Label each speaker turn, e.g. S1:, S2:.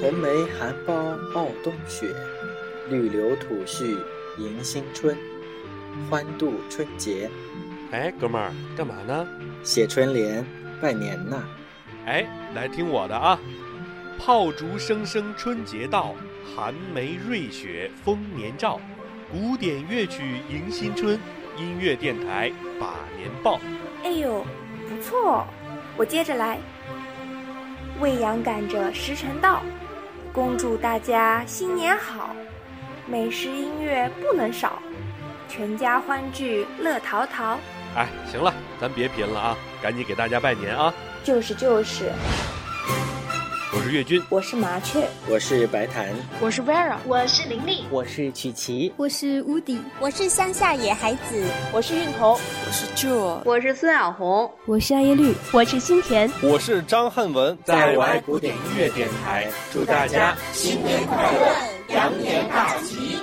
S1: 红梅含苞傲冬雪，绿柳吐絮迎新春。欢度春节，
S2: 哎，哥们儿，干嘛呢？
S1: 写春联，拜年呐！
S2: 哎，来听我的啊！炮竹声声春节到，寒梅瑞雪丰年照。古典乐曲迎新春，音乐电台把年报。
S3: 哎呦，不错哦！我接着来。未央赶着时辰到，恭祝大家新年好，美食音乐不能少，全家欢聚乐淘淘。
S2: 哎，行了，咱别贫了啊，赶紧给大家拜年啊！
S3: 就是就是，
S2: 我是岳军，
S3: 我是麻雀，
S1: 我是白檀，
S4: 我是 Vera，
S5: 我是玲玲，
S1: 我是曲奇，
S4: 我是乌迪，
S6: 我是乡下野孩子，
S4: 我是运头，
S5: 我是孙晓红，
S4: 我是艾叶绿，
S5: 我是新田。
S7: 我是张汉文，
S1: 在我爱古典音乐电台，祝
S2: 大家
S6: 新年快乐，羊年大吉。